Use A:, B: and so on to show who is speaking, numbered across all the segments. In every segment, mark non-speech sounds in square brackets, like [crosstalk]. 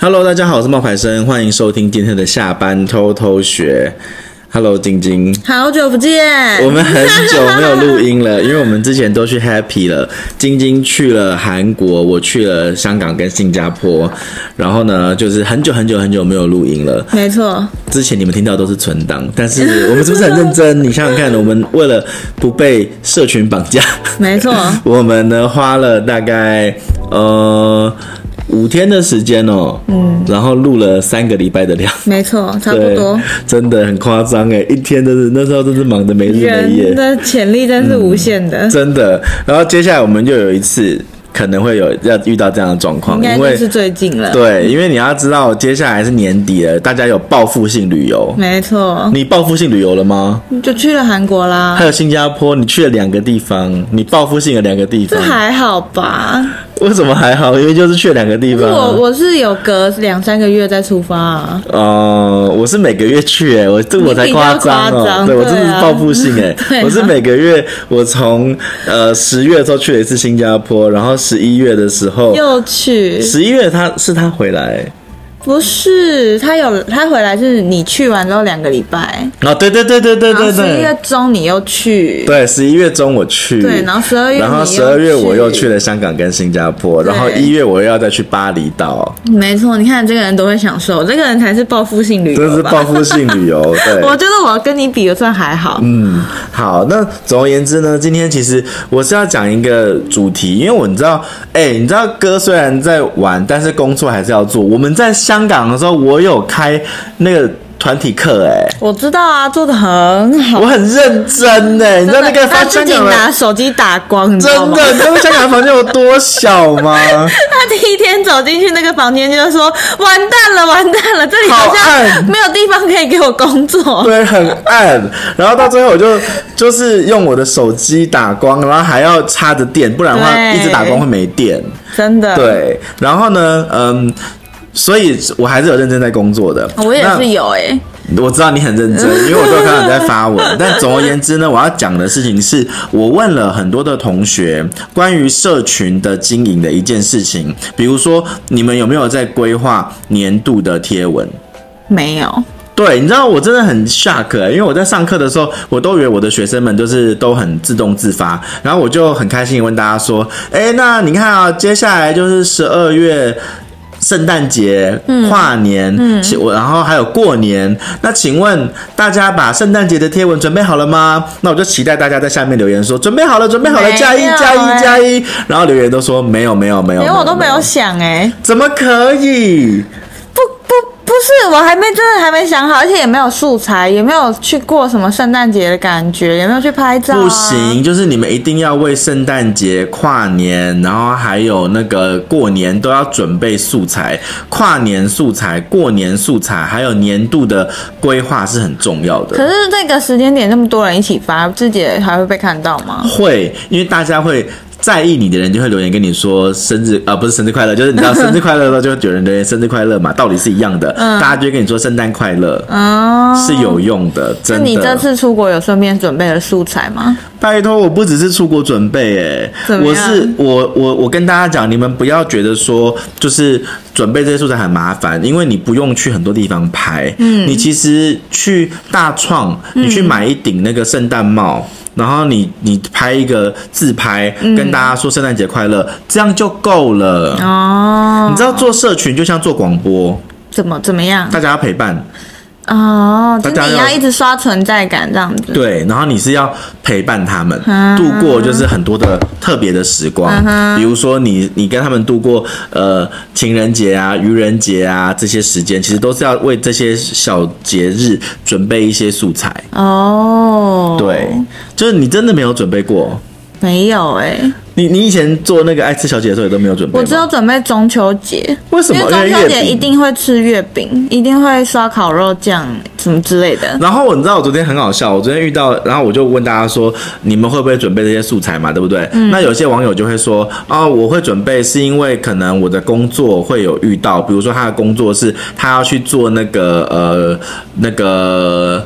A: Hello，大家好，我是冒牌生，欢迎收听今天的下班偷偷学。Hello，晶晶，
B: 好久不见，
A: 我们很久没有录音了，因为我们之前都去 Happy 了。晶晶去了韩国，我去了香港跟新加坡，然后呢，就是很久很久很久没有录音了。
B: 没错，
A: 之前你们听到都是存档，但是我们是不是很认真？你想想看，我们为了不被社群绑架， [laughs]
B: 没错，
A: 我们呢花了大概呃五天的时间哦，嗯，然后录了三个礼拜的量。
B: 没错，差不
A: 对，
B: 多。
A: 真的很夸张哎！一天真是那时候真是忙得没日没
B: 人
A: 夜，
B: 的潜力真是无限的，
A: 真的。然后接下来我们又有一次可能会有要遇到这样的状况，
B: 应该
A: 因
B: 就
A: 为
B: 是最近了。
A: 对，因为你要知道，接下来是年底了，大家有报复性旅游。
B: 没错，
A: 你报复性旅游了吗？
B: 就去了韩国啦
A: 还。有新加坡，你去了两个地方，你报复性的两个地
B: 这
A: 方，
B: 还好吧？
A: 为什么还好？因为就是去了两个地
B: 可是
A: 方。
B: 我我是有隔两三个月再出发、啊，
A: 哦，我是每个月去、
B: [laughs]
A: 欸，我这我才夸张
B: 你比较夸
A: 哦，
B: 张
A: 我
B: 对
A: 真的
B: 啊
A: 是报复性哎、
B: [laughs] 对啊
A: 我是每个月，我从呃十月的时候去了一次新加坡，然后十一月的时候，
B: 又去。
A: 十一月他是他回来，
B: 不是，他有他回来是你去完之后两个礼拜，
A: 哦，对对对对对对
B: 然啊后十一
A: 对
B: 月，中你又去，
A: 对十一月中我去，
B: 对然后12月
A: 然后
B: 你又
A: 十二月我又
B: 去
A: 去了香港跟新加坡，然后
B: 对
A: 一月我又要再去巴厘岛，
B: 没错，你看这个人都会享受，这个人才是报复性旅游吧？
A: 真是报复性旅游，对，
B: [laughs] 我觉得我跟你比算还好，
A: 嗯，好，那总而言之呢，今天其实我是要讲一个主题，因为我你知道，哎、你知道哥虽然在玩，但是工作还是要做。我们在香港的时候，我有开那个团体课、 [laughs] 哎，
B: 我知道啊，做的很好。
A: 我很认真哎、你知道 [laughs] 那个
B: 他
A: 房
B: 自
A: 香
B: 己
A: 港
B: 拿
A: 的
B: 手机打光，你知
A: 真
B: 道吗？
A: 的，你知道香港的房间有多小吗？ [laughs]
B: 他第一天走进去那个房间，就说：“完蛋了，完蛋了，这里
A: 好
B: 好
A: 暗
B: 像没有地方可以给我工作。
A: 对，很暗。然后到最后，我就就是用我的手机打光，然后还要插着电，不然的话
B: 对
A: 一直打光会没电。”
B: 真的，，
A: 对，然后呢，嗯，所以我还是有认真在工作的。
B: 我也是有哎、
A: 那我知道你很认
B: [laughs]
A: 真，因为我都有看到你在发文。但总而言之呢，我要讲的事情是我问了很多的同学关于社群的经营的一件事情，比如说你们有没有在规划年度的贴文？
B: 没有，
A: 对，你知道我真的很 shock，、欸、因为我在上课的时候，我都以为我的学生们都是都很自动自发，然后我就很开心地问大家说，哎，那你看啊，接下来就是十二月。圣诞节、
B: 嗯
A: 跨年，请我、然后还有过年。那请问大家把圣诞节的贴文准备好了吗？那我就期待大家在下面留言说准备好了，准备好了，
B: 没
A: 加一
B: 有
A: 加一
B: 欸
A: 加一。然后留言都说没有没有没有，
B: 连我都没有，想哎、
A: 怎么可以？
B: 不不不是，我还没真的还没想好，而且也没有素材，也没有去过什么圣诞节的感觉，也没有去拍照、啊
A: 不，行，就是你们一定要为圣诞节、跨年，然后还有那个过年都要准备素材，跨年素材、过年素材，还有年度的规划是很重要
B: 可
A: 的。
B: 是这个时间点那么多人一起发，自己还会被看到吗？
A: 会，因为大家会。在意你的人就会留言跟你说生日啊、不是生日快乐，就是你知
B: [laughs]
A: 道生日快乐的时候就会有人留言生日快乐嘛，道理是一样的，大家就会跟你说圣诞快乐、
B: 嗯哦，
A: 是有用的，真
B: 那
A: 的。
B: 你这次出国有顺便准备了素材吗？
A: 拜托，我不只是出国准备、欸，
B: 怎么
A: 我
B: 样
A: 是我我我跟大家讲，你们不要觉得说就是准备这些素材很麻烦，因为你不用去很多地方拍，嗯，你其实去大创，
B: 嗯
A: 你去买一顶那个圣诞帽。然后你你拍一个自拍，
B: 嗯
A: 跟大家说圣诞节快乐，这样就够了。
B: 哦，
A: 你知道做社群就像做广播，
B: 怎么怎么样？
A: 大家要陪伴，
B: 哦，就
A: 大家
B: 是你
A: 要
B: 要一直刷存在感这样子。
A: 对，然后你是要陪伴他们、
B: 啊
A: 度过，就是很多的特别的时光，比如说你你跟他们度过呃情人节啊、愚人节啊这些时间，其实都是要为这些小节日准备一些素材。
B: 哦，
A: 对，，就是你真的没有准备过，
B: 没有哎、
A: 你你以前做那个爱吃小姐的时候也都没有准备吗，
B: 我只有准备中秋节，
A: 为什么
B: 因
A: 因
B: 为中
A: 为月
B: 秋
A: 饼
B: 节一定会吃月饼，一定会刷烤肉酱什么之类的。
A: 然后你知道我昨天很好笑，我昨天遇到，然后我就问大家说，你们会不会准备这些素材嘛？对不对？那有些网友就会说，哦，我会准备是因为可能我的工作会有遇到，比如说他的工作是他要去做那个呃那个。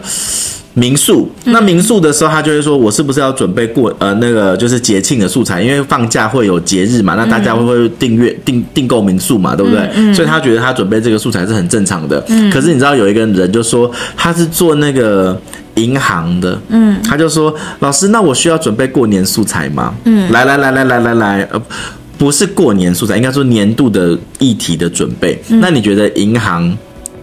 A: 民宿。那民宿的时候，他就会说，我是不是要准备过呃那个就是节庆的素材？因为放假会有节日嘛，那大家会会订阅订订购民宿嘛，对不对？所以他觉得他准备这个素材是很正常的。可是你知道有一个人就说他是做那个。银行的，嗯，他就说老师，那我需要准备过年素材吗？嗯，来来来来来来来，呃，不是过年素材，应该说年度的议题的准备。那你觉得银行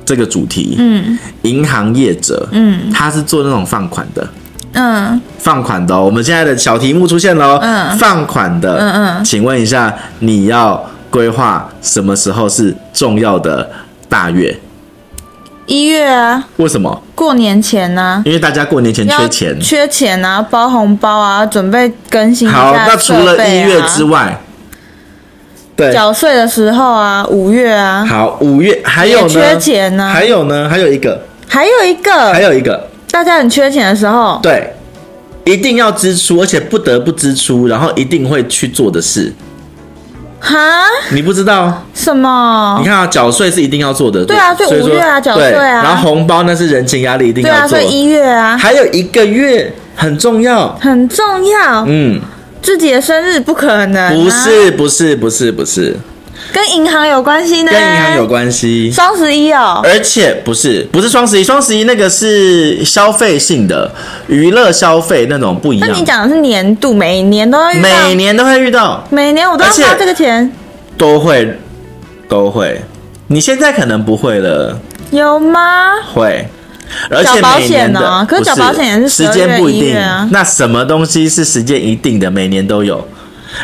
A: 这个主题，嗯，银行业者，嗯，他是做那种放款的，
B: 嗯，
A: 放款的哦、我们现在的小题目出现喽，嗯，放款的，嗯嗯，请问一下，你要规划什么时候是重要的大月？
B: 一月啊，
A: 为什么？
B: 过年前呢、
A: 因为大家过年前缺
B: 要
A: 钱，
B: 缺钱啊，包红包啊，准备更新一下
A: 好，那除了
B: 设备
A: 一
B: 啊
A: 月之外，对，
B: 缴税的时候啊，五月啊，
A: 好，五月还有呢，
B: 也缺钱啊呃呢
A: 还有呢，还有一个，
B: 还有一
A: 还
B: 个，
A: 有一个，
B: 大家很缺钱的时候，
A: 对，一定要支出，而且不得不支出，然后一定会去做的事，
B: 哈，
A: 你不知道？
B: 什么
A: 你？看啊，缴税是一定要做的，
B: 对啊
A: 所
B: 所以
A: 以说
B: 五月啊缴税啊
A: 对然后红包那是人情压力，一定
B: 对啊，
A: 要做
B: 所。以一月啊，
A: 还有一个月很重要，
B: 很重要。
A: 嗯，
B: 自己的生日不可能、啊，
A: 不是，不是，不是，不是，
B: 跟银行有关系呢，
A: 跟银行有关系。
B: 双十一哦，
A: 而且不是不是双十一，双十一那个是消费性的娱乐消费那种不一
B: 那你
A: 样，
B: 讲的是年度，每年都要遇到，
A: 每年都会遇到，
B: 每年我都要
A: 而且
B: 花这个钱，
A: 都会都会。你现在可能不会了，
B: 有吗？
A: 会。而且
B: 保
A: 每年
B: 险
A: 的，
B: 哦可是
A: 不
B: 缴保险也是
A: 时间不一
B: 12月
A: 定
B: 1月啊
A: 那什么东西是时间一定的，每年都有。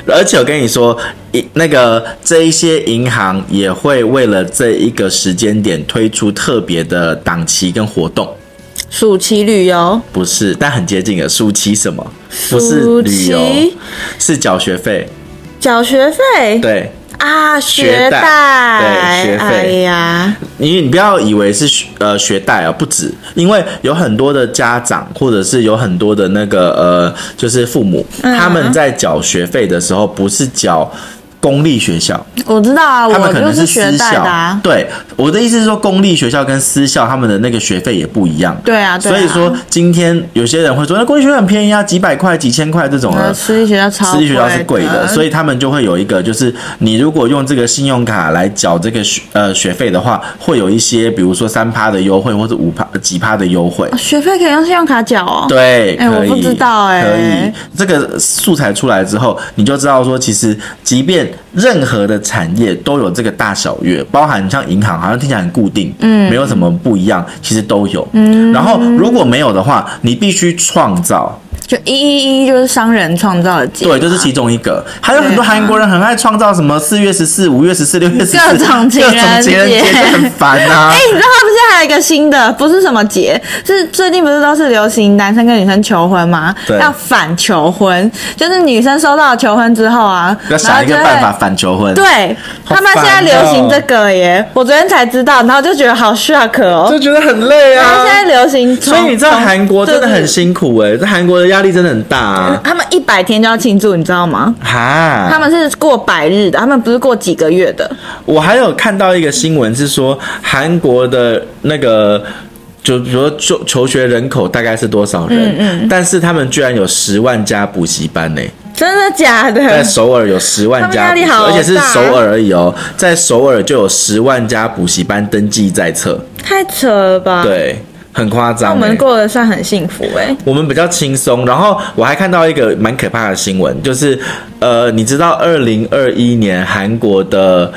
A: 而且我跟你说，一那个这一些银行也会为了这一个时间点推出特别的档期跟活动。
B: 暑期旅游，
A: 不是，但很接近了。暑期什么？不是
B: 暑
A: 旅
B: 期
A: 游，是缴学费。
B: 缴学费
A: 对，
B: 啊，
A: 学
B: 学
A: 贷对学费
B: 哎呀，
A: 因为你不要以为是学呃学贷啊，不止，因为有很多的家长或者是有很多的那个呃，就是父母、
B: 嗯
A: 他们在缴学费的时候，不是缴公立学校，
B: 我知道啊，
A: 他们
B: 我
A: 可
B: 就
A: 能
B: 学
A: 私
B: 贷
A: 校。
B: 的啊，
A: 对，我的意思是说，公立学校跟私校他们的那个学费也不一样。
B: 对啊，对啊
A: 所以说，今天有些人会说，那公立学校很便宜啊，几百块、几千块这种的
B: 呃，。私立学校超
A: 私立学校是贵的，
B: 的，
A: 所
B: 以
A: 以他们就会有一个，就是你如果用这个信用卡来缴这个学呃学费的话，会有一些比如说三趴的优惠，或者五趴几趴的优惠。
B: 哦学费可以用信用卡缴哦。
A: 对，
B: 哎
A: 可以
B: 我不知道哎
A: 可以。这个素材出来之后，你就知道说，其实即便任何的产业都有这个大小月，包含像银行，好像听起来很固定，嗯，没有什么不一样，其实都有。嗯，然后如果没有的话，你必须创造。
B: 就一一一就是商人创造的节嘛，
A: 对，这是其中一个。还有很多
B: 对啊
A: 韩国人很爱创造什么四月十四、五月十四、六月十四
B: 各种情人节
A: 情人节，就很烦呐、
B: [laughs] 哎、你知道他们现在还有一个新的，不是什么节，是最近不是都是流行男生跟女生求婚吗？
A: 对
B: 要反求婚，就是女生收到求婚之后啊，
A: 要
B: 然后
A: 想一个
B: 就会
A: 办法。反求婚。，
B: 对、
A: 好
B: 他们现在
A: 烦
B: 流行
A: 哦
B: 这个耶，我昨天才知道，然后就觉得好 shock 哦。
A: 就觉得很累
B: 他
A: 啊
B: 们。现在流行从，
A: 所以你知道
B: 从
A: 韩国真的很
B: 就是
A: 辛苦哎、这韩国的压力真的很大啊。
B: 他们一百天就要庆祝，你知道吗？
A: 哈，
B: 他们是过百日的，他们不是过几个月的。
A: 我还有看到一个新闻是说，韩国的那个就比如说求求学人口大概是多少人？嗯嗯，但是他们居然有十万家补习班欸呢、
B: 真的假的？
A: [laughs] 在首尔有十万家
B: 他
A: 补
B: 们压
A: 习，
B: 力好
A: 而且是
B: 大
A: 首尔而已哦，在首尔就有十万家补习班登记在册，
B: 太扯了吧？，
A: 对，很夸
B: 啊那
A: 张、
B: 我
A: 欸
B: 们。过得算很幸福哎、
A: 我们比较轻松，然后我还看到一个蛮可怕的新闻，就是呃，你知道二零二一年韩国的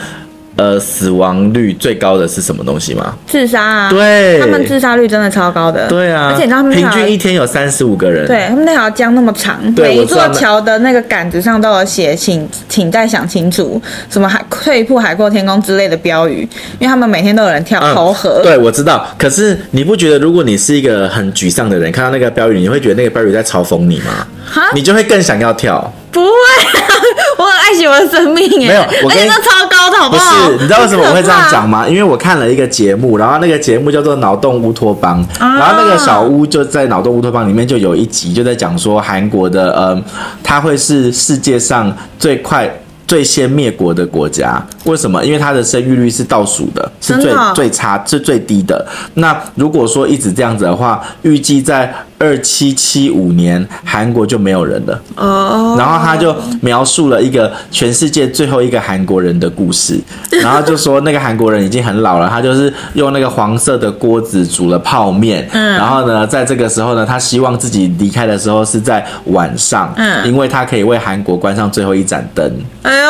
A: 呃死亡率最高的是什么东西吗？
B: 自杀啊，
A: 对
B: 他们自杀率真的超高的，
A: 对啊，
B: 而且你知道他们那
A: 平
B: 条
A: 均一天有三十五个人，
B: 对他们那条江那么长，
A: 对
B: 每一
A: 我知道
B: 座
A: 那
B: 桥的那个杆子上都有写“请请再想清楚”什么海“退一步海阔天空”之类的标语，因为他们每天都有人跳
A: 嗯
B: 投河，
A: 对，我知道。可是你不觉得，如果你是一个很沮丧的人，看到那个标语，你会觉得那个标语在嘲讽你吗？
B: 哈
A: 你就会更想要跳。
B: 不会、啊， [laughs] 我很爱惜我的生命耶，
A: 没有我跟
B: 而且
A: 你
B: 那超高的好
A: 不
B: 哦好？
A: 是，你知道为什么
B: 很
A: 我
B: 可
A: 会这样
B: 怕
A: 讲？吗？因为我看了一个节目，然后那个节目叫做《脑洞乌托邦》，
B: 啊
A: 然后那个小屋就在《脑洞乌托邦》里面就有一集就在讲说韩国的，嗯，它会是世界上最快。最先灭国的国家，为什么？因为它的生育率是倒数的，是
B: 真的
A: 最
B: 哦
A: 最差、是最低的。那如果说一直这样子的话，预计在二七七五年韩国就没有人了。
B: 哦，
A: 然后他就描述了一个全世界最后一个韩国人的故事，然后就说那个韩国人已经很老了，他就是用那个黄色的锅子煮了泡面，
B: 嗯
A: 然后呢，在这个时候呢，他希望自己离开的时候是在晚上，
B: 嗯
A: 因为他可以为韩国关上最后一盏灯，
B: 哎呦，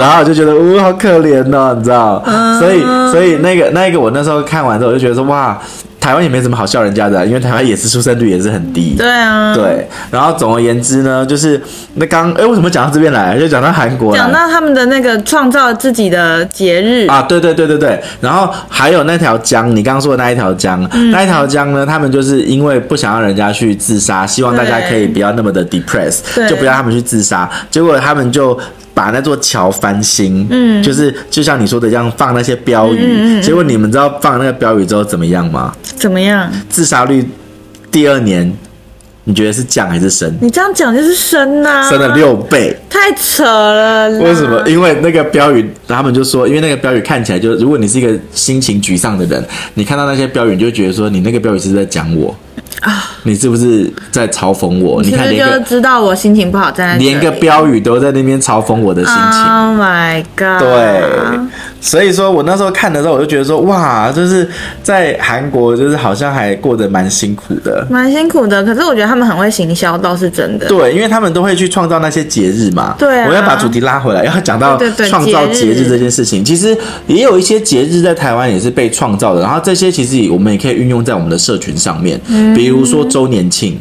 A: 然后我就觉得，呜、好可怜哦，你知道？
B: 嗯
A: 所以，所以那个那个，我那时候看完之后，我就觉得说，哇，台湾也没什么好笑人家的，因为台湾也是出生率也是很低，
B: 对啊，，
A: 对，然后总而言之呢，就是那刚哎，为什么讲到这边来？就讲到韩国来
B: 讲到他们的那个创造自己的节日，
A: 啊，对对对对对，然后还有那条江，你刚刚说的那一条江，
B: 嗯
A: 那一条江呢，他们就是因为不想让人家去自杀，希望大家可以不要那么的 depressed，
B: 对
A: 就不要他们去自杀，结果他们就。把那座桥翻新，嗯，就是就像你说的一样，放那些标
B: 嗯
A: 语。结果你们知道放那个标语之后怎么样吗？
B: 怎么样？
A: 自杀率第二年，你觉得是降还是升？
B: 你这样讲就是生呐、
A: 升了，六倍。
B: 太扯了啦。
A: 为什么？因为那个标语，他们就说，因为那个标语看起来就，如果你是一个心情沮丧的人，你看到那些标语，你就觉得说，你那个标语是不是在讲我啊，你是不是在嘲讽我？你
B: 是不
A: 看
B: 是
A: 连
B: 就
A: 个
B: 知道我心情不好站在
A: 连个标语都在那边嘲讽我的心情。
B: ？Oh my god！
A: 对，所以说我那时候看的时候，我就觉得说，哇，就是在韩国，就是好像还过得蛮辛苦的。
B: 蛮辛苦的，可是我觉得他们很会行销，倒是真的。
A: 对，因为他们都会去创造那些节日嘛。
B: 对啊
A: 我要把主题拉回来，要讲到
B: 对对对
A: 创造节
B: 节日
A: 日这件事情。其实也有一些节日在台湾也是被创造的，然后这些其实也我们也可以运用在我们的社群上面，
B: 嗯
A: 比如说周年庆。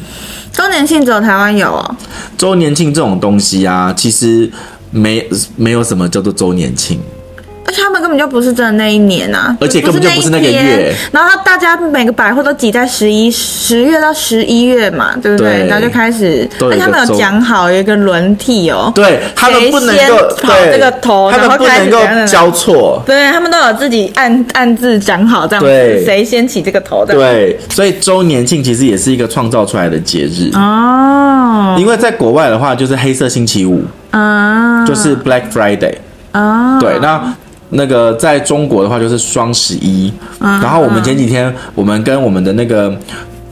B: 周年庆只有台湾有哦，
A: 周年庆这种东西啊，其实没没有什么叫做周年庆。
B: 而且他们根本就不是真的那一年啊，
A: 而且根本就不是那个月
B: 不是那一天。然后大家每个百货都挤在十一十月到十一月嘛，对不对？
A: 对
B: 然后就开始，
A: 都有
B: 而
A: 一
B: 且
A: 个
B: 他们有
A: 周
B: 讲好有一个轮替哦，
A: 对他们
B: 谁
A: 不能
B: 先
A: 够
B: 跑
A: 对
B: 这个头
A: 他
B: 然
A: 们
B: 后
A: 不
B: 开始
A: 能够
B: 怎样怎样
A: 交错。
B: 对他们都有自己暗暗自讲好这样
A: 对
B: 子，谁先起这个头的？，
A: 对，所以周年庆其实也是一个创造出来的节日，
B: 哦，
A: 因为在国外的话就是黑色星期五，
B: 啊，
A: 就是 Black Friday。
B: 啊，
A: 对，那那个在中国的话就是双十一，
B: 嗯
A: 然后我们前几天我们跟我们的那个。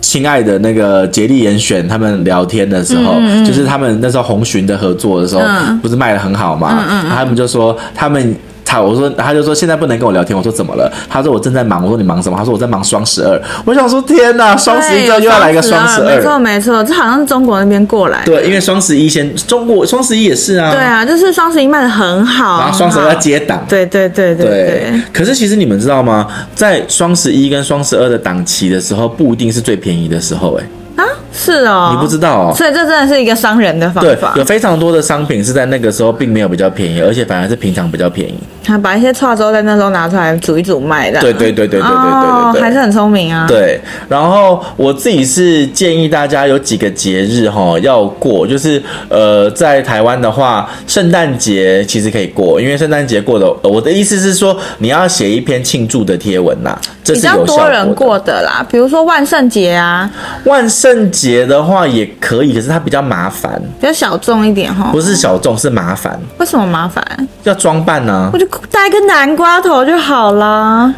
A: 亲爱的那个杰力严选他们聊天的时候，就是他们那时候红巡的合作的时候，
B: 嗯
A: 不是卖的很好嘛？然后他们就说他们他我说他就说现在不能跟我聊天，我说怎么了？他说我正在忙，我说你忙什么？他说我在忙双十二，我想说天哪，双十一之后又要来一个双十
B: 啊没错
A: 二，
B: 没错，这好像是中国那边过来的。
A: 对，因为双十一先中国双十一也是啊，
B: 对啊，就是双十一卖的很好，
A: 然后双十二要
B: 很好，
A: 接档，
B: 对对对对
A: 对
B: 对，，
A: 可是其实你们知道吗？在双十一跟双十二的档期的时候，不一定是最便宜的时候、欸，
B: 啊，是哦，
A: 你不知道哦。
B: 所以这真的是一个商人的方
A: 对，
B: 法
A: 有，非常多的商品是在那个时候并没有比较便宜，而且反而是平常比较便宜。
B: 他把一些串州在那时候拿出来煮一煮卖的，
A: 对对对对对对对对
B: 哦
A: 对，
B: 还是很聪明啊，，
A: 对，然后我自己是建议大家有几个节日哈要过，就是呃，在台湾的话，圣诞节其实可以过，因为圣诞节过的，呃我的意思是说你要写一篇庆祝的贴文呐，这
B: 比
A: 是
B: 较
A: 有效
B: 多人
A: 果的
B: 过的啦，比如说万圣节啊，
A: 万圣节的话也可以，可是它比较麻烦，
B: 比较小众一点哈
A: 不，是小众，是麻烦，
B: 为什么麻烦？
A: 要装扮啊呢、
B: 我就戴一个南瓜头就好啦。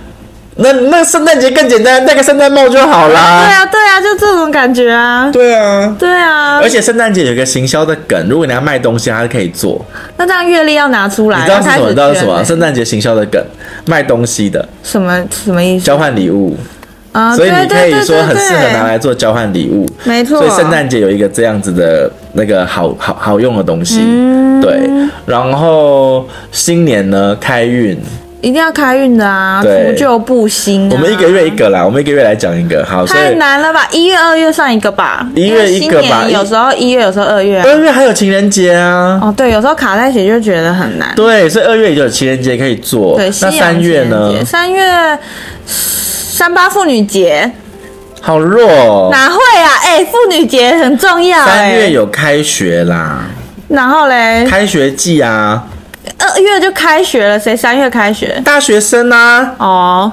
A: 那那圣诞节更简单，戴个圣诞帽就好
B: 对
A: 啦。
B: 啊，对啊，就这种感觉啊。
A: 对啊，
B: 对啊
A: 而，且圣诞节有一个行销的梗，如果你要卖东西，它是可以做。
B: 那这样月历要拿出来，
A: 你知道是
B: 要
A: 什
B: 开
A: 么？
B: 始
A: 你知道是什么？
B: 卷
A: 圣诞节行销的梗，卖东西的
B: 什么什么意思？
A: 交换礼物，
B: 啊
A: 所以你可以说很适合拿，
B: 对对对对
A: 来做交换礼物。
B: 对没错。
A: 所以圣诞节有一个这样子的那个好好好用的东西，
B: 嗯
A: 对。然后新年呢，开运，
B: 一定要开运的啊，
A: 对
B: 除旧布新、啊。
A: 我们一个月一个啦，我们一个月来讲一个。好，所
B: 太
A: 以
B: 难了吧？一月、二月算一个吧，
A: 一月一个吧
B: 因为新年有时候一月，有时候二月啊、
A: 二月还有情人节啊，
B: 哦，对，有时候卡在一起就觉得很难。
A: 对，所以二月也有情人节可以做。
B: 对，
A: 那
B: 西洋
A: 三月呢
B: 情人节？三月三八妇女节、
A: 好弱、哦。
B: 哪会啊？哎、妇女节很重要、哎。
A: 三月有开学啦，
B: 然后嘞，
A: 开学季啊，
B: 二月就开学了，谁三月开学？
A: 大学生啊，
B: 哦，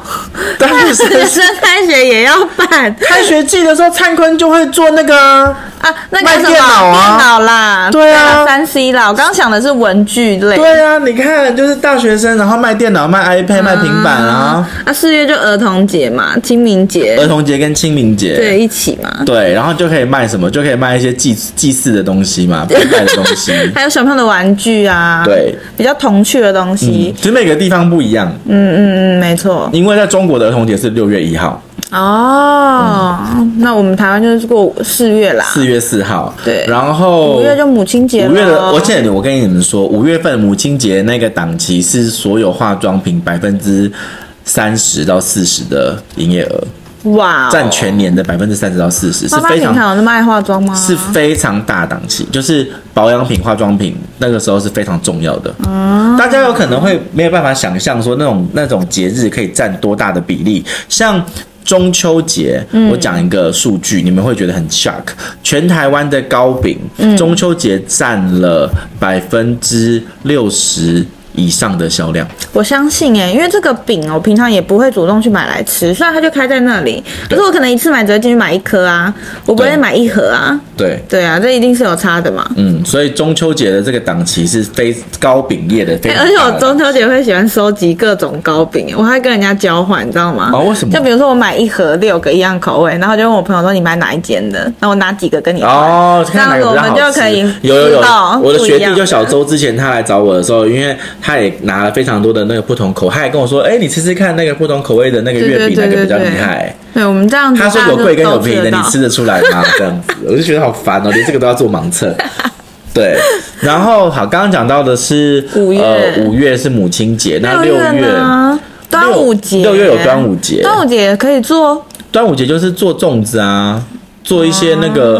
A: 大学
B: [laughs] 大
A: 生
B: 学生开学也要办
A: [laughs] 开学季的时候，灿坤就会做那个啊、
B: 啊，那个
A: 卖
B: 什么
A: 电脑啊
B: 电脑啦，
A: 对啊
B: 三 C 啦，我刚刚想的是文具类。
A: 对啊，你看，就是大学生，然后卖电脑、卖 iPad、卖平板啊，
B: 啊，四月就儿童节嘛，清明节
A: 儿，童节跟清明节，
B: 对，一起嘛。
A: 对然后就可以卖什么？就可以卖一些祭祭祀的东西嘛，拜拜的东
B: [laughs]
A: 西。
B: 还有小朋友的玩具啊，
A: 嗯对，
B: 比较童趣的东
A: 嗯
B: 西。
A: 其实每个地方不一样，
B: 嗯嗯嗯，没错。
A: 因为在中国的儿童节是六月一号、
B: 哦，那我们台湾就是过四月啦，
A: 四月四号，
B: 对
A: 然后
B: 五月就母亲节了。
A: 五月的，而且我跟你们说，五月份母亲节那个档期是所有化妆品百分之三十到四十的营业额，
B: 哇哦，
A: 占全年的百分之三十到四十，是
B: 妈妈
A: 非
B: 平
A: 常
B: 常有那么爱化妆吗？
A: 是非常大档期，就是保养品、化妆品那个时候是非常重要的。
B: 啊
A: 大家有可能会没有办法想象说那种那种节日可以占多大的比例，像。中秋节，
B: 嗯
A: 我讲一个数据，你们会觉得很 shock。全台湾的糕饼，
B: 嗯
A: 中秋节占了百分之六十以上的销量。
B: 我相信哎、因为这个饼哦我平常也不会主动去买来吃，虽然它就开在那里，可是我可能一次买只会进去买一颗啊，我不会
A: 对
B: 买一盒啊。
A: 对，
B: 对啊，这一定是有差的嘛。
A: 嗯，所以中秋节的这个档期是非糕饼业的非常
B: 哎
A: 大
B: 而
A: 的
B: 且
A: 档期。
B: 我中秋节会喜欢收集各种糕饼，我还跟人家交换，你知道吗？
A: 哦为什么
B: 就比如说我买一盒六个一样口味，然后就问我朋友说你买哪一间的，那我拿几个跟你换。
A: 哦，
B: 这
A: 看
B: 样
A: 哪
B: 子
A: 个
B: 我
A: 比较
B: 们
A: 好
B: 就
A: 吃
B: 可以
A: 有有有
B: 知道，
A: 我的学弟
B: 不一样
A: 就小周之前他来找我的时候，因为他也拿了非常多的那个不同口，他还跟我说，哎、你吃吃看那个不同口味的那个
B: 对
A: 月
B: 对
A: 饼
B: 对
A: 哪个
B: 对
A: 比较厉
B: 对
A: 害。
B: 对，我们这样子
A: 他说有贵跟有便宜的，
B: 大
A: 你
B: 家就
A: 吃得出来吗？这样子，我就觉得好烦哦，连这个都要做盲
B: [laughs]
A: 测。对，然后好，刚刚讲到的是
B: 五月
A: 呃，五月是母亲节，
B: 都
A: 那
B: 知道
A: 六月
B: 呢？啊端午节，
A: 六月有端午节
B: 端午节也可以做
A: 端午节就是做粽子啊，做一些那个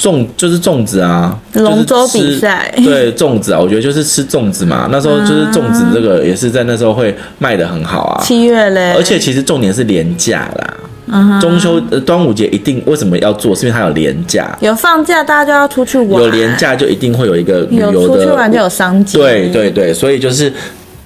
A: 粽，就是粽子啊，
B: 啊龙
A: 就
B: 舟
A: 是吃
B: 比赛
A: 对粽子啊，我觉得就是吃粽子嘛。那时候就是粽子这个也是在那时候会卖的很好啊，
B: 七月嘞，
A: 而且其实重点是廉价啦。
B: 嗯哼
A: 中秋、呃端午节一定为什么要做？是因为它有廉价，
B: 有放假，大家就要出去玩，
A: 有廉，价就一定会有一个旅
B: 有
A: 游
B: 出去玩就
A: 的，
B: 有商机，
A: 对。对对，所以就是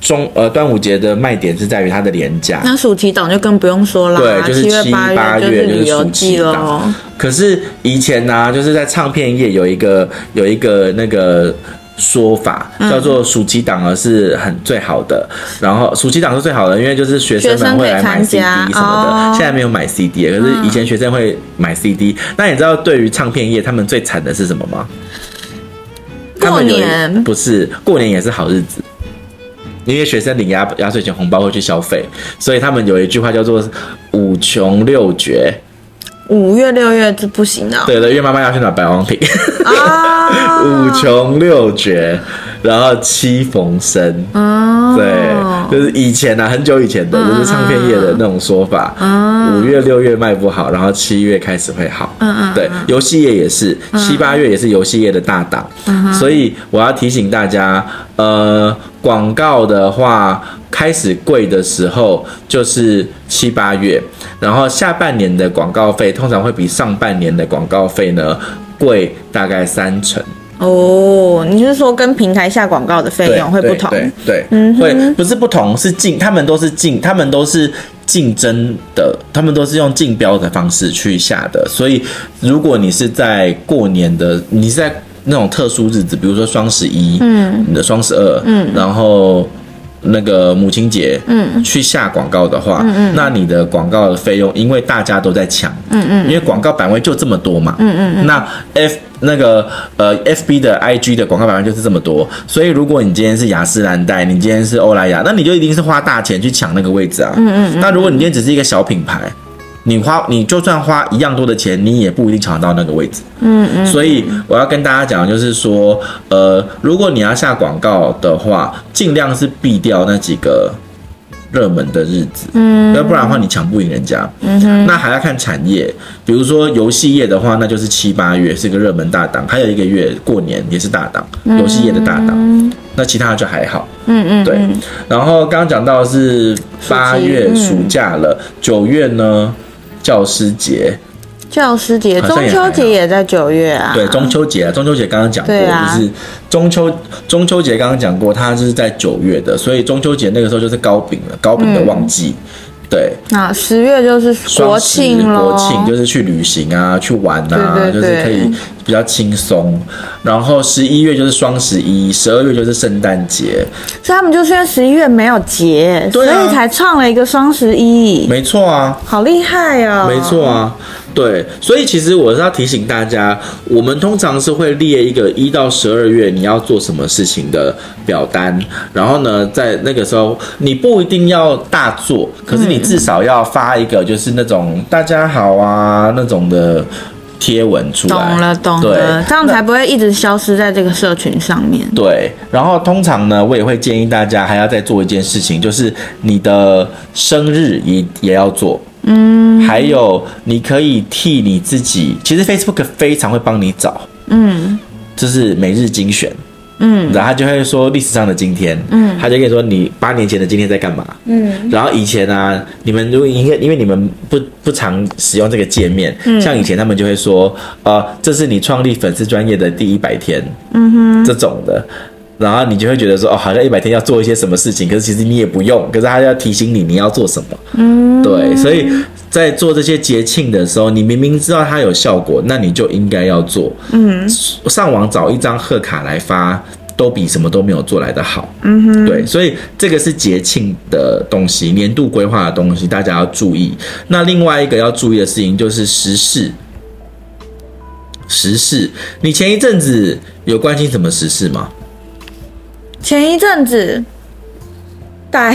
A: 中呃端午节的卖点是在于它的廉价。
B: 那暑期档就更不用说啦，
A: 对就是
B: 七月
A: 七八
B: 月就
A: 月
B: 旅
A: 就是
B: 游
A: 暑期
B: 季
A: 档
B: 喽。
A: 可是以前呢、啊就是在唱片业有一个有一个那个说法，
B: 嗯
A: 叫做暑期档呢是很最好的，然后暑期档是最好的，因为就是学生们会来买
B: 学
A: CD
B: 生可以参加
A: 什么
B: 哦嗯
A: 的。现在没有买 CD，可啊是以前学生会买 CD。那你知道对于唱片业他们最惨的是什么吗？他
B: 过
A: 们有一
B: 年
A: 不是过年也是好日子。因为学生领压压岁钱红包会去消费，所以他们有一句话叫做“五穷六绝”，
B: 五月六月就不行了
A: [laughs] 对对，因为妈妈要去拿白王品， [laughs]
B: 啊
A: 五穷六绝，然后七逢生，
B: 哦，嗯
A: 对，就是以前啊，很久以前的，就是唱片业的那种说法。五月六月卖不好，然后七月开始会好。
B: 嗯嗯
A: 对，游戏业也是，七八月也是游戏业的大档，
B: 嗯
A: 所以我要提醒大家，呃，广告的话开始贵的时候就是七八月，然后下半年的广告费通常会比上半年的广告费呢贵大概三成。
B: 哦，你是说跟平台下广告的费
A: 对，
B: 用会不
A: 对
B: 同？
A: 对，对
B: 嗯哼
A: 会不是不同，是竞，他们都是竞，他们都是竞争的，他们都是用竞标的方式去下的。所以，如果你是在过年的，你是在那种特殊日子，比如说双十一，嗯，你的双十二，嗯，然后。那个母亲节，嗯，去下广告的话，嗯嗯，那你的广告的费用，因为大家都在抢，嗯嗯，因为广告版位就这么多嘛，嗯嗯，那 F 那个呃 FB 的 IG 的广告版位就是这么多，所以如果你今天是雅诗兰黛，你今天是欧莱雅，那你就一定是花大钱去抢那个位置啊，嗯嗯，那如果你今天只是一个小品牌。你花，你就算花一样多的钱，你也不一定抢得到那个位置。嗯嗯。所以我要跟大家讲，就是说，呃，如果你要下广告的话，尽量是避掉那几个热门的日子。嗯。要不然的话，你抢不赢人家。嗯哼。那还要看产业，比如说游戏业的话，那就是七八月是个热门大档，还有一个月过年也是大档，游戏业的大档。那其他的就还好。
B: 嗯嗯，
A: 对，然后刚刚讲到的是八月
B: 嗯
A: 暑假了，九、月呢教师节，
B: 教师节、
A: 好像
B: 中
A: 也
B: 秋
A: 还好
B: 节也在九月啊。
A: 对中秋节啊，中秋节刚刚讲过，
B: 对啊
A: 就是中秋中秋节刚刚讲过，它是在九月的，所以中秋节那个时候就是糕饼了，糕饼的旺季。对，
B: 那十月就是嗯国
A: 双十
B: 庆喽，
A: 国庆就是去旅行啊，去玩啊，
B: 对对
A: 就是可以
B: 对
A: 比较轻松。然后十一月就是双十一，十二月就是圣诞节，
B: 所以他们就是因为十一月没有节，所
A: 对啊
B: 以才创了一个双十一，
A: 没错啊。
B: 好厉害哦！
A: 没错啊，对，所以其实我是要提醒大家，我们通常是会列一个一到十二月你要做什么事情的表单，然后呢，在那个时候你不一定要大做，可是你至少要发一个就是那种大家好啊那种的贴文出来，
B: 懂了懂
A: 对
B: 了，这样
A: 那
B: 才不会一直消失在这个社群上面。
A: 对，然后通常呢，我也会建议大家还要再做一件事情，就是你的生日也也要做。嗯，还有你可以替你自己，其实 Facebook 非常会帮你找，
B: 嗯，
A: 就是每日精选。嗯，然后他就会说历史上的今天，嗯，他就跟你说你八年前的今天在干嘛，嗯，然后以前啊，你们如果因为因为你们不不常使用这个界面，像以前他们就会说，呃，这是你创立粉丝专业的第一百天，嗯哼，这种的，然后你就会觉得说，哦，好像一百天要做一些什么事情，可是其实你也不用，可是他要提醒你你要做什么。嗯，对，所以在做这些节庆的时候，你明明知道它有效果，那你就应该要做。嗯，上网找一张贺卡来发。都比什么都没有做来的好，嗯哼，对，所以这个是节庆的东西，年度规划的东西，大家要注意。那另外一个要注意的事情就是时事，时事，你前一阵子有关心什么时事吗？
B: 前一阵子，大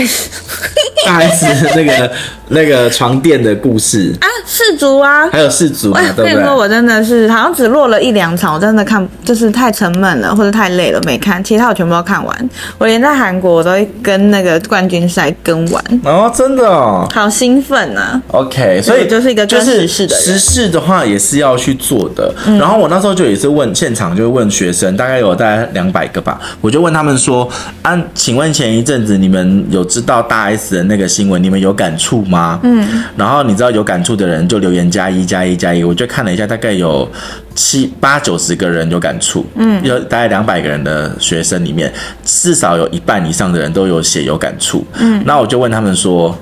B: [laughs] 啊
A: 大 S 那个那个床垫的故事，
B: 氏族啊，
A: 还有氏族嘛
B: 哎，，
A: 对
B: 跟
A: 不
B: 你说，
A: 对？
B: 我真的是好像只落了一两场，我真的看就是太沉闷了，或者太累了没看。其他我全部都看完，我连在韩国我都会跟那个冠军赛跟完，
A: 哦，真的哦。
B: 好兴奋啊！
A: OK，所以
B: 我就是一个
A: 就
B: 跟
A: 是
B: 时事的人嗯
A: 时事的话也是要去做的。然后我那时候就也是问现场，就问学生，大概有大概两百个吧，我就问他们说：“啊，请问前一阵子你们有知道大 S 的那个新闻，你们有感触吗？”嗯，然后你知道有感触的人就留言加一加一加一，我就看了一下，大概有七八九十个人有感触，嗯，有大概两百个人的学生里面，至少有一半以上的人都有写有感触。嗯，那我就问他们说。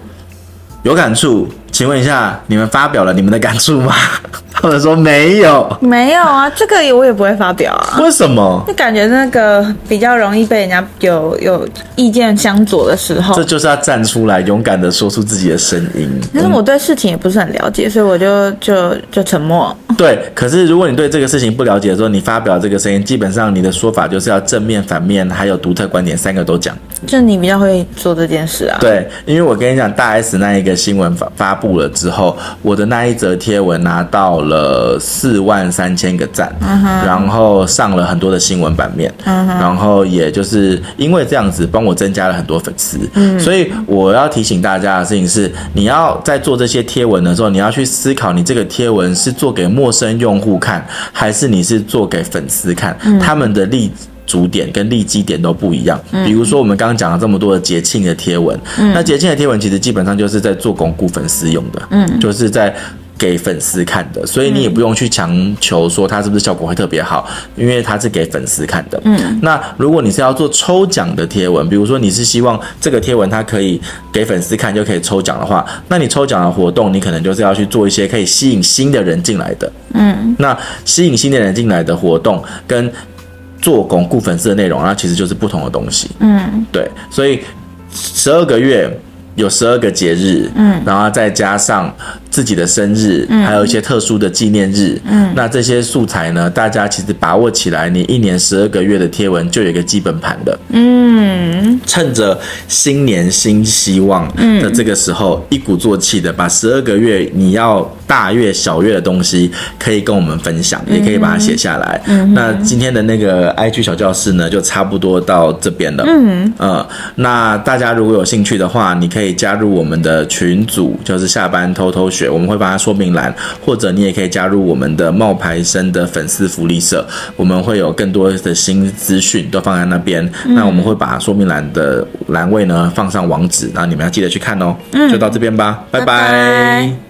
A: 有感触，请问一下，你们发表了你们的感触吗？ [laughs] 他们说没有，
B: 没有啊，这个也我也不会发表啊。
A: 为什么？
B: 就感觉那个比较容易被人家有有意见相左的时候
A: 这，就是要站出来，勇敢的说出自己的声音。
B: 但是我对事情也不是很了解，所以我就就就沉默。
A: 对，可是如果你对这个事情不了解的时候，你发表这个声音，基本上你的说法就是要正面、反面还有独特观点三个都讲。
B: 就你比较会做这件事啊，
A: 对，因为我跟你讲，大 S 那一个新闻发发布了之后，我的那一则贴文拿到了四万三千个赞，然后上了很多的新闻版面，然后也就是因为这样子，帮我增加了很多粉丝。所以我要提醒大家的事情是，你要在做这些贴文的时候，你要去思考，你这个贴文是做给陌生用户看，还是你是做给粉丝看，他们的利。主点跟利基点都不一样。比如说，我们刚刚讲了这么多的节庆的贴文，那节庆的贴文其实基本上就是在做巩固粉丝用的，嗯，就是在。给粉丝看的，所以你也不用去强求说它是不是效果会特别好，因为它是给粉丝看的。嗯，那如果你是要做抽奖的贴文，比如说你是希望这个贴文它可以给粉丝看就可以抽奖的话，那你抽奖的活动你可能就是要去做一些可以吸引新的人进来的。嗯，那吸引新的人进来的活动跟做巩固粉丝的内容，那其实就是不同的东西。嗯，对，所以十二个月有十二个节日，嗯，然后再加上自己的生日，嗯、还有一些特殊的纪念日，嗯，那这些素材呢，大家其实把握起来，你一年十二个月的贴文就有一个基本盘了。
B: 嗯，
A: 趁着新年新希望的这个时候，一鼓作气的把十二个月你要大月小月的东西，可以跟我们分享，也可以把它写下来。那今天的那个 IG 小教室呢，就差不多到这边了。嗯，呃，那大家如果有兴趣的话，你可以加入我们的群组，就是下班偷偷学，我们会把它说明栏，或者你也可以加入我们的冒牌生的粉丝福利社，我们会有更多的新资讯都放在那边。那我们会把说明栏的栏位呢放上网址，然后你们要记得去看哦。就到这边吧，拜
B: 拜拜